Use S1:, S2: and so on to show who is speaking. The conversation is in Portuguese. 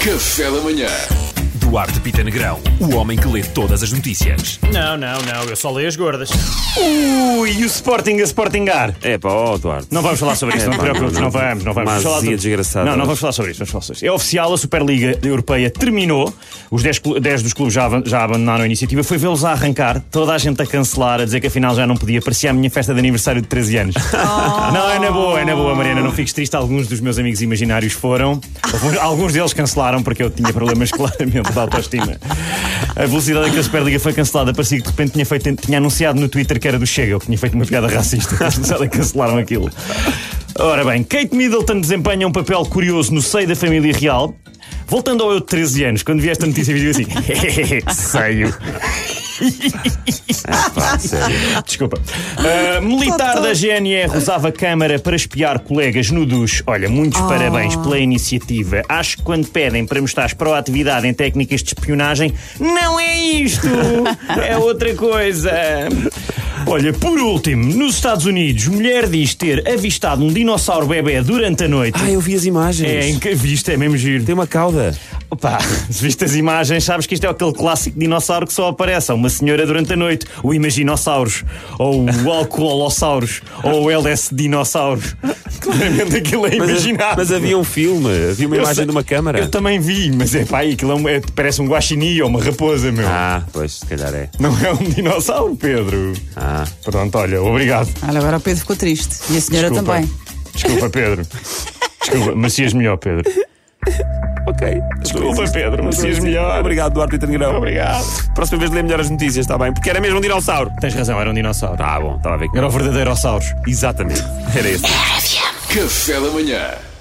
S1: Café da Manhã.
S2: Duarte Pita Negrão, o homem que lê todas as notícias.
S3: Não, não, não, eu só leio as gordas.
S4: Ui, e o Sporting a Sportingar?
S5: É pá, ó, É Duarte.
S4: Não vamos falar sobre isso, não te preocupes, não vamos, não vamos.
S5: Mas
S4: falar
S5: ia
S4: sobre-
S5: desgraçada.
S4: Não, não vamos falar sobre isso, vamos falar sobre isso. É oficial, a Superliga Europeia terminou, os 10, clu- 10 dos clubes já, avan- já abandonaram a iniciativa, foi vê-los a arrancar, toda a gente a cancelar, a dizer que afinal já não podia, parecia a minha festa de aniversário de 13 anos. Não, é na boa, é na boa, Mariana, não fiques triste, alguns dos meus amigos imaginários foram, alguns, alguns deles cancelaram porque eu tinha problemas claramente de autoestima. A velocidade em que a Superliga foi cancelada parecia que de repente tinha, feito, tinha anunciado no Twitter que era do Chega, eu que tinha feito uma piada racista, cancelaram- cancelaram aquilo. Ora bem, Kate Middleton desempenha um papel curioso no seio da família real. Voltando ao eu de 13 anos, quando vi esta notícia, vi assim: seio. Desculpa. Ah, militar da GNR usava câmara para espiar colegas no duche. Olha, muitos parabéns pela iniciativa. Acho que quando pedem para mostrar proatividade em técnicas de espionagem, não é isto! é outra coisa. Olha, por último, nos Estados Unidos, mulher diz ter avistado um dinossauro bebê durante a noite.
S5: Ah, eu vi as imagens.
S4: É, em que vista, é mesmo giro.
S5: Tem uma cauda.
S4: Opa, se viste as imagens, sabes que isto é aquele clássico dinossauro que só aparece a uma senhora durante a noite. O Imaginossauros, ou o Alcoolossauros, ou o LS Dinossauros. Claramente aquilo é imaginável.
S5: Mas havia um filme, havia uma
S4: Eu
S5: imagem
S4: sei-
S5: de uma câmara.
S4: Eu também vi, mas é pá, aquilo é um- é- parece um guaxinim ou uma raposa, meu.
S5: Ah, pois, se calhar é.
S4: Não é um dinossauro, Pedro.
S5: Ah.
S4: Pronto, olha, obrigado.
S6: Olha, agora o Pedro ficou triste. E a senhora
S4: Desculpa.
S6: também.
S4: Desculpa, Pedro. Desculpa, Macias melhor, Pedro.
S5: Ok.
S4: Desculpa, Pedro,
S5: Mas
S4: Macias melhor.
S5: Obrigado, Duarte Pita Negrão.
S4: Obrigado.
S5: Próxima vez lê melhor as notícias, está bem? Porque era mesmo um dinossauro.
S4: Tens razão, era um dinossauro.
S5: Tá bom, estava a ver que
S4: Era o verdadeiro Osauros.
S5: Exatamente. Era esse.
S1: Café da Manhã.